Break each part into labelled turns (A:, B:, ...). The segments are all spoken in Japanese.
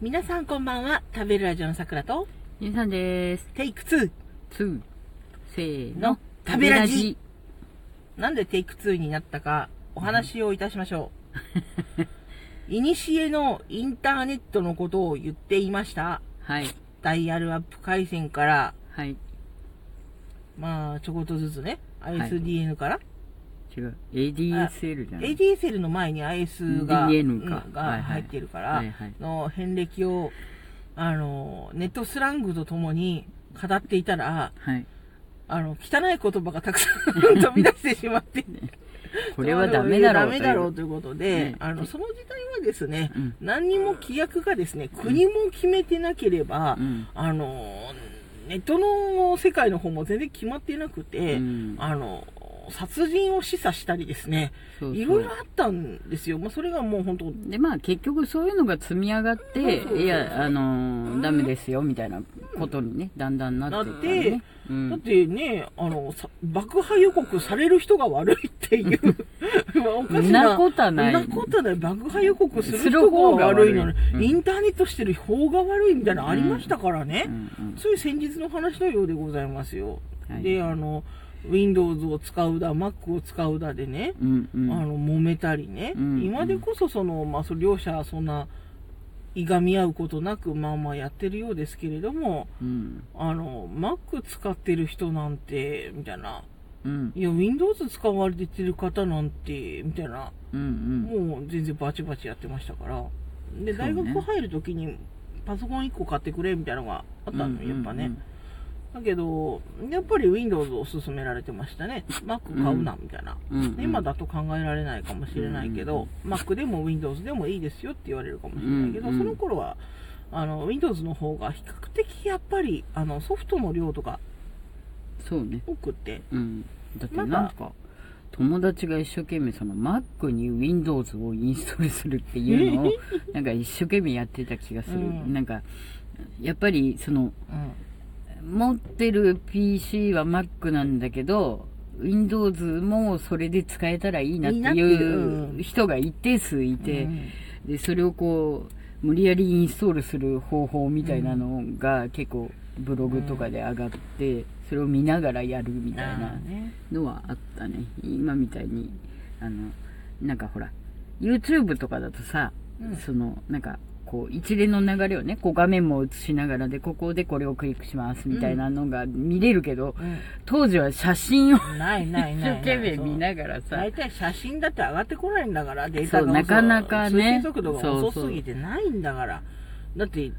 A: 皆さんこんばんは食べるラジオのさくらと
B: ゆうさんです。
A: テイク2
B: ツー。せー
A: の
B: の。
A: 食べラジ。なんでテイク2になったかお話をいたしましょ ういにしえのインターネットのことを言っていました
B: はい。
A: ダイヤルアップ回線から
B: はい。
A: まあちょこっとずつね
B: い
A: ISDN から、
B: 違う。ADSL じゃない
A: ADSL の前に IS が
B: DN か
A: うん
B: はいは
A: が
B: い
A: 入ってるから、
B: はいはい
A: の遍歴をあのネットスラングとともに語っていたら
B: はい。
A: あの汚い言葉がたくさん 飛び出してしまって
B: これはダメだろう。
A: ダメだろう
B: と
A: ということで、
B: ね
A: あのその時代はですね、
B: うん
A: 何にも規約がですね国も決めてなければ、
B: うん
A: あのネットの世界の方も全然決まってなくて、
B: うん
A: あの殺人を示唆したりですね
B: そうそう
A: いろいろあったんですよ、まあ、それがもう本当
B: いうで、まあ結局そういうのが積み上がって、いや、あのー、ダメですよ、みたいなことにね、だんだんなっていったね
A: なってだ
B: う
A: って
B: ん。
A: ね、あの、さ爆破予告される人が悪いっていう。 まあおかし
B: んなことはない
A: んなことはない。爆破予告する
B: する
A: 人が
B: 方が
A: 悪
B: 悪
A: い
B: い
A: のに、
B: うん
A: インターネットしてる方が悪いみたいなのありましたからね。
B: うん
A: そういう先日の話のようでございますよ。
B: はい
A: で、あの、Windows を使うだ、Mac を使うだでね、
B: うん
A: あ
B: うん。
A: の、揉めたりね。
B: うん
A: 今でこそその、まあ、そ両者そんな、いがみ合うことなく、まあまあやってるようですけれども、
B: うん。
A: あの、Mac 使ってる人なんて、みたいな。
B: うん。
A: いや、Windows 使われてる方なんて、みたいな。
B: うん。うん。
A: もう全然バチバチやってましたから。で、
B: そう
A: 大
B: ね
A: 学入るときにパソコン1個買ってくれ、みたいなのがあったのよ、やっぱね。だけど、やっぱり Windows を勧められてましたね。Mac 買うな、みたいな。
B: うん。うん。うん
A: 今。だと考えられないかもしれないけど、Mac でも Windows でもいいですよって言われるかもしれないけど、
B: うんうん
A: その頃はあの Windows の方が比較的やっぱりあのソフトの量とか
B: そうね。
A: 多くって、
B: うん、だって
A: ま
B: な
A: だ
B: んか友達が一生懸命その Mac に Windows をインストールするっていうのをなんか一生懸命やってた気がする、
A: うん
B: なんかやっぱりその持ってる PC は Mac なんだけど Windows もそれで使えたらいいなって
A: いいなっていうう
B: い
A: ん
B: う人が一定数いて、
A: うん
B: でそれをこう無理やりインストールする方法みたいなのが結構ブログとかで上がって、それを見ながらやるみたいな
A: あーね
B: のはあったね今みたいにあのなんかほら YouTube とかだとさ、
A: うん
B: そのなんかこう一連の流れをねこう画面も映しながらでここでこれをクリックしますみたいなのが見れるけど、当時は写真を
A: ないない
B: 一
A: ない
B: 生懸命
A: そう
B: 見ながらさ
A: 大体写真だって上がってこないんだからデータ
B: そう
A: が
B: なかなかね
A: 通信速度が
B: そうそ
A: 遅
B: う
A: すぎてないんだからだって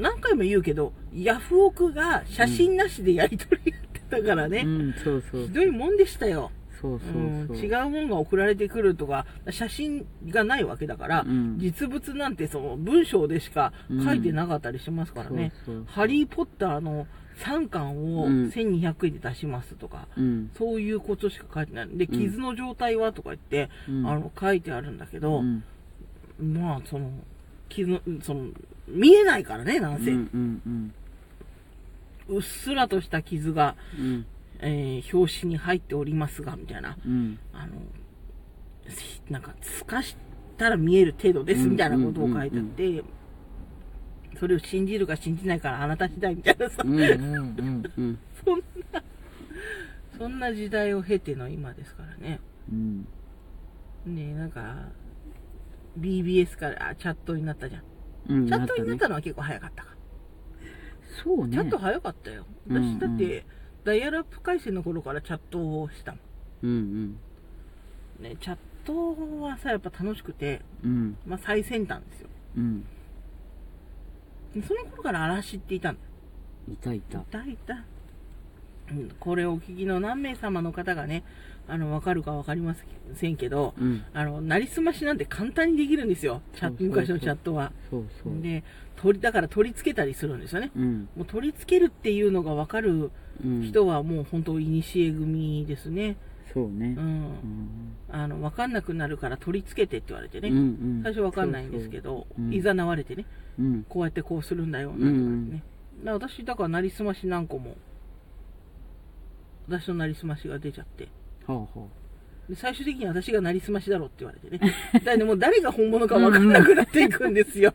A: 何回も言うけどヤフオクが写真なしでやり取りやってたからね、
B: うんそうそう
A: ひどいもんでしたよ
B: そうそう
A: う
B: そ
A: ん
B: う
A: 違うもんが送られてくるとか写真がないわけだから、
B: うん
A: 実物なんてその文章でしか書いてなかったりしますからね「
B: うんそうそう
A: ハリー・ポッター」の3巻を
B: うん
A: 1200円で出しますとか、
B: うん
A: そういうことしか書いてないで
B: うん
A: 傷の状態はとか言って、
B: うん
A: あの書いてあるんだけど、
B: うん
A: まあその傷のその見えないからねなんせ、
B: う
A: うん
B: うん
A: っすらとした傷が、
B: うんうん
A: えー表紙に入っておりますがみたいな
B: うん
A: あの、ひなんか、透かしたら見える程度ですみたいなことを書いてあって、それを信じるか信じないかはあなた次第みたいなさ、
B: うんうんうん
A: そんな時代を経ての今ですからね。
B: うん
A: ねえなんか、BBS からあチャットになったじゃん。
B: うん
A: チャットにな
B: ね
A: ったのは結構早かったか。
B: そうね
A: チャット早かったよ。
B: うんう
A: 私
B: ん
A: だって、ダイヤルアップ回線の頃からチャットをしたも
B: うん
A: ん。ね、チャットはさ、やっぱ楽しくて、
B: うんうん
A: まあ最先端ですよ。
B: うん
A: でその頃から嵐っていたの。
B: いたいた
A: いたいた、うん、これをお聞きの何名様の方がねあの分かるか分かりませんけど、
B: うん
A: あのなりすましなんて簡単にできるんですよチャット
B: そうそう
A: 昔
B: そう
A: のチャットは
B: そうそう
A: で取りだから取り付けたりするんですよね
B: うん
A: もう取り付けるっていうのが分かる
B: うん
A: 人はもう本当いにしえ組ですね
B: そうね
A: う
B: うんん
A: あの分かんなくなるから取り付けてって言われてね、
B: うんうん
A: 最初分かんないんですけど
B: そうそううん
A: いざなわれてね
B: うん
A: こうやってこうするんだよなとかね、だから私だからなりすまし何個も私のなりすましが出ちゃって
B: はあはあ
A: で最終的に私 がなりすましだろって言われてねだからねもう誰が本物か分からなくなっていくんですよ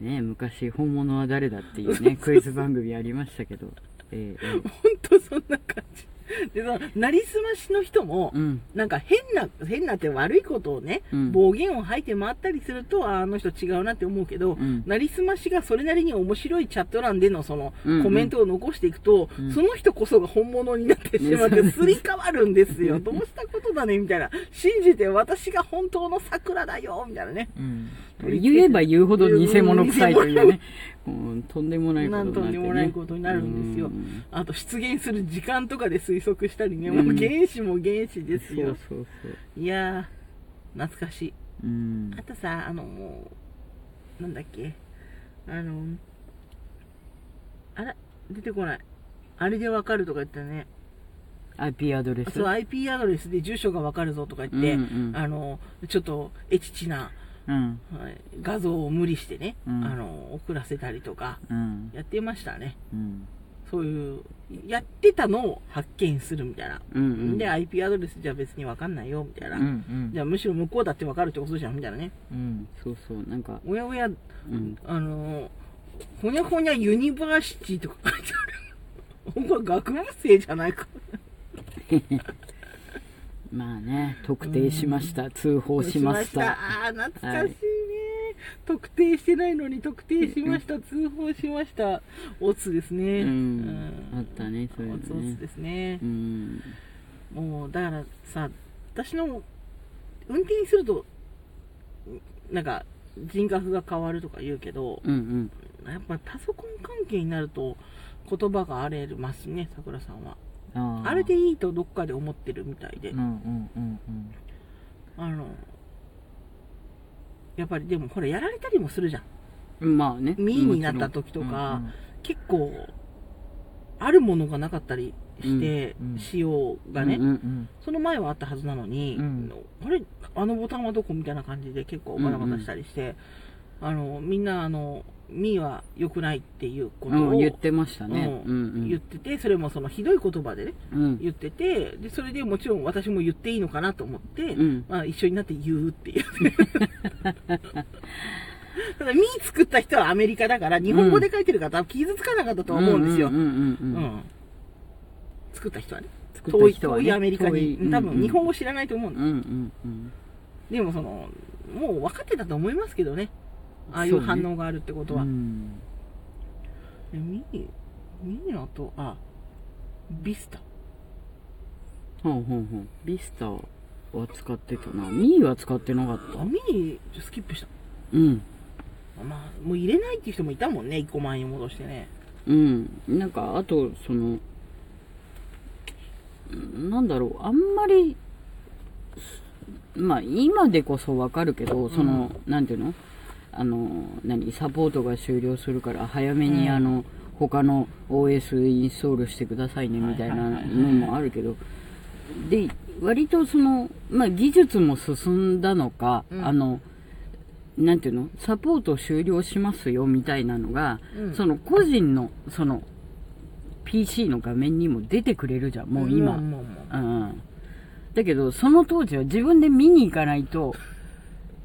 B: ね昔本物は誰だって いうね、クイズ番組ありましたけど。ええええ
A: ほんとそんな感じ。で、その、なりすましの人も、
B: うん。
A: なんか変な、変なって悪いことをね、
B: うん
A: 暴言を吐いて回ったりすると、ああの人違うなって思うけど、
B: うん
A: なりすましがそれなりに面白いチャット欄でのその
B: うんうん
A: コメントを残していくと、
B: うん
A: その人こそが本物になってしまっ
B: ねそう
A: て
B: です
A: すり替わるんですよ。どうしたことだねみたいな。信じて私が本当の桜だよみたいなね。
B: うん言えば言うほど偽物臭いというね、うんとんでもないこと
A: なん
B: になって、ね、
A: とんでもないことになるんですよ
B: うん
A: あと出現する時間とかで推測したりね、
B: うん
A: もう原子も原子です
B: そ
A: よ
B: う。そうそう。
A: いやー、懐かしい。
B: うん
A: あ。とさ、あの、もう、なんだっけ。あの、あら、出てこない。あれでわかるとか言ったね。
B: IP アドレス。
A: そう、IP アドレスで住所がわかるぞとか言って、
B: うんうん
A: あの、ちょっと、エチチな
B: うん。
A: はい画像を無理してね、
B: うん
A: あの、送らせたりとか、
B: うん。
A: やってましたね。
B: うん。
A: そういう、やってたのを発見するみたいな。
B: うんうん。
A: で、IP アドレスじゃ別にわかんないよ、みたいな。
B: うんうん。
A: じゃあむしろ向こうだってわかるってことじゃん、みたいなね。
B: うん。そうそう。なんか、
A: おやおや、
B: うん。
A: あのー、ほにゃほにゃユニバーシティとか書いてある。 お前学部生じゃないか。
B: まあね、特定しました。通報しまし
A: しま
B: た。
A: あー懐かしいね、特定してないのに特定しました。通報しました。オツですね。
B: うん。あったね、そういう
A: オ
B: の
A: ツオツ
B: ね
A: で。すね
B: う。ん。
A: もう、だからさ、私の、運転すると、なんか、人格が変わるとか言うけど、
B: うんうん。
A: やっぱりパソコン関係になると言葉が荒れますね、さくらさんは。
B: あー
A: あれでいいとどっかで思ってるみたいで
B: うん。うんうんうん。
A: あの、やっぱりでもほらやられたりもするじゃん。
B: まあね。
A: ミーになった時とか結構、あるものがなかったりして
B: うんう、ん
A: 仕様が
B: が
A: ね、
B: ね。うんうん
A: その前はあったはずなのに、
B: うん
A: あれ、あのボタンはどこみたいな感じで結構バタバタしたりして、あの、みんなあの、ミーは良くないっていうこ
B: う
A: と
B: ん。
A: を、
B: うん言ってましたね。
A: う
B: うんんうん。
A: 言ってて、それもそのひどい言葉でね、
B: うん。
A: 言ってて、で、それでもちろん私も言っていいのかなと思って、
B: うん
A: まあ一緒になって言うっていう。 ただ、ミー作った人はアメリカだから、日本語で書いてる方は傷つかなかったとは思うんですよ。う
B: う
A: んん
B: うんうんうん。
A: 作った人はね。
B: 作
A: 遠
B: っ
A: い、
B: た人は
A: 遠
B: ね
A: いアメリカに。
B: 遠い
A: 多
B: うんう
A: 分、
B: ん
A: 日本語知らないと思うん
B: う
A: だ。
B: んうんうん。
A: でも、その、もう分かってたと思いますけどね。ああいう反応があるってことは。
B: うん
A: でミー、ミーの後、あ、ビスタ。
B: ほうほうほう。ビスタは使ってたな。ミーは使ってなかっ
A: あ、
B: た。
A: ミー、ちょスキップした。
B: うん。
A: まあ、もう入れないっていう人もいたもんね、1個前に戻してね。
B: うん。なんか、あと、その、なんだろう、あんまり、まあ、今でこそわかるけど、その、なんていうのあの、何、サポートが終了するから、早めに、
A: うん
B: あの、他の OS インストールしてくださいね、みたいなのもあるけど、で、割とその、まあ、技術も進んだのか、
A: うん
B: あの、なんていうのサポート終了しますよみたいなのが、
A: うん
B: その個人のその PC の画面にも出てくれるじゃんもう今、
A: もうもう
B: うん、だけどその当時は自分で見に行かないと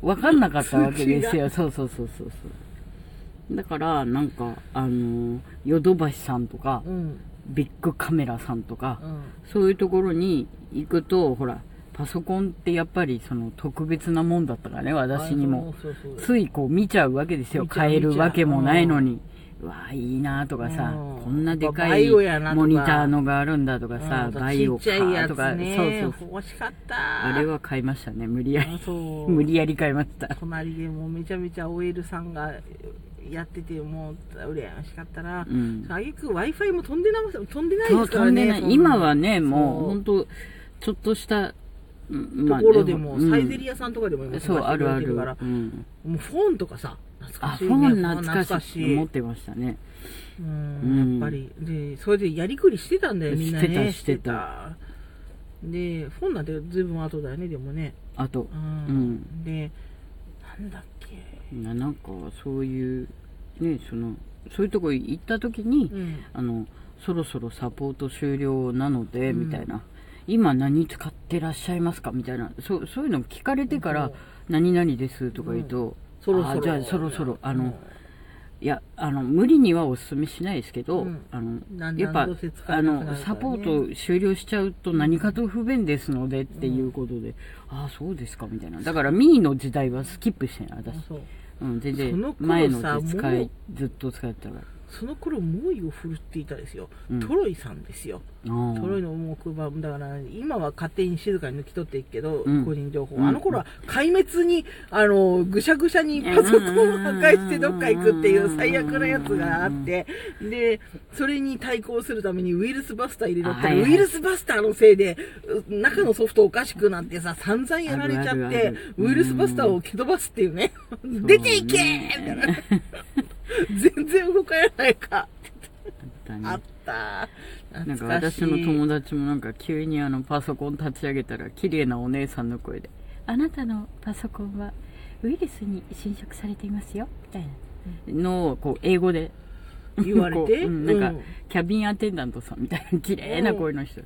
B: 分かんなかったわけですよそうそうそうそうそうだからなんかあのヨドバシさんとか
A: うん、
B: ビッグカメラさんとか、
A: うん。
B: そういうところに行くとほらパソコンってやっぱりその特別なもんだったからね私にも
A: あ。そうそうそう
B: ついこう見ちゃうわけですよ
A: 見ちゃう
B: 買えるわけもないのに、うわあいいなとかさ、
A: うん
B: こんなでか
A: バ
B: い
A: イオやなとか
B: モニターのがあるんだとかさ、
A: うん
B: バイオ
A: ちっちゃいや
B: か
A: つ
B: とか、
A: ね、
B: そうそうそう
A: 欲しかった。
B: あれは買いましたね無理やり
A: あ、そう。
B: 無理やり買いました
A: 隣でもうめちゃめちゃ OL さんがやってて、もう羨ましかったな。
B: うん
A: あげく Wi-Fi も飛んでな飛んでない
B: そ
A: で
B: う
A: すから
B: 飛んで
A: ね。
B: ない
A: そん
B: 今はねも
A: そう
B: う本当ちょっとしたうん
A: と
B: まあ
A: ころでも、
B: うん
A: サイゼリアさんとかでも今
B: そうあるあ
A: 探してくれて
B: る
A: から、
B: うん
A: もうフォンとかさ、懐
B: あ
A: かしい、
B: フォ
A: ね。
B: ン懐かしい持ってましたね
A: う
B: う
A: ん、
B: ん
A: やっぱりでそれでやりくりしてたんだよみんなね
B: してた
A: してたでフォンなんてずいぶん後だよねでもね
B: あと
A: うん、
B: うん
A: でなんだっけ
B: ななんかそういうねそのそういうとこ行った時に、
A: うん
B: あのそろそろサポート終了なので、
A: うん
B: みたいな今何使ってらっしゃいますかみたいなそうそういうの聞かれてから
A: そう
B: 何々ですとか言うと、
A: そろそろ
B: あじゃあそろそろあの、いやあの無理にはお勧めしないですけど、
A: うん
B: あ
A: なん
B: のやっぱ、
A: 何度せ使
B: あ
A: えなくなるからね
B: のサポート終了しちゃうと何かと不便ですのでっていうことで、ああそうですかみたいなだからミニの時代はスキップしてない私、
A: そう
B: うん、全
A: その
B: 然
A: 頃
B: 前
A: さ
B: の手使
A: もう
B: いずっと使ってたから
A: その頃猛威を振るっていたですよ、
B: うん
A: トロイさんですよ、
B: あー
A: トロイの木馬だから今は勝手に静かに抜き取っていくけど、
B: うん
A: 個人情報、
B: うん
A: あの頃は壊滅にあのぐしゃぐしゃにパソコンを破壊してどっか行くっていう最悪なやつがあってでそれに対抗するためにウイルスバスター入れろったら
B: はい
A: ウ
B: はい
A: イルスバスターのせいでう中のソフトおかしくなってさ散々やられちゃ
B: ある
A: っ
B: あるあ
A: て
B: る
A: ウイルスバスターを蹴飛ばすっていうね
B: ね
A: 出ていけーみたいな全然動かないか
B: だね
A: あった
B: なんか
A: 懐かしい
B: 私の友達もなんか急にあのパソコン立ち上げたら綺麗なお姉さんの声で「あなたのパソコンはウイルスに侵食されていますよ」みたいなのをこう英語で
A: 言われ
B: こう
A: て、
B: うんなんかキャビンアテンダントさんみたいな綺麗な声の人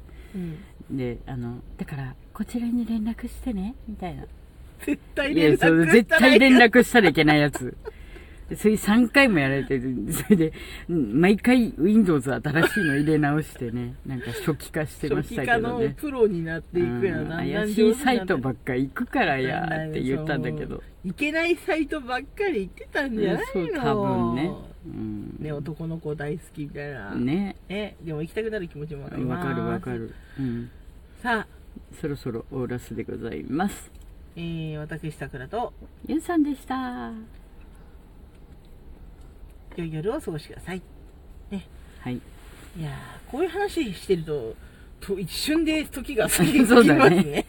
A: うん
B: であのだからこちらに連絡してねみたいな
A: 絶対
B: い
A: 連
B: や
A: 絡
B: それ
A: し
B: 絶
A: たら
B: 対連絡したらいけないやつ それ3回もやられてるそれでうん毎回 Windows 新しいの入れ直してねなんか初期化してま
A: 初
B: し
A: 期
B: た
A: 化
B: けど
A: の
B: ね
A: プロになっていくや
B: うん
A: な。
B: 怪しいサイ
A: ばっか
B: トばっか行くからやーって言ったんだけど、
A: いけないサイトばっかり行ってたんじゃない
B: そう
A: の
B: 多分ね、うん、
A: ね、男の子大好きみたいな。ね
B: ね
A: でも行きたくなる気持ちもわかり
B: わ
A: ます。
B: かるわか。る、うん、
A: さあ、
B: そろそろオーラスでございます
A: えー、私さくらと、
B: ゆうさんでした
A: 今日夜を過ごしてください。
B: はい
A: いやーこういう話してると、と一瞬で時が過ぎ
B: そう
A: き
B: だ
A: ます
B: ね
A: ね。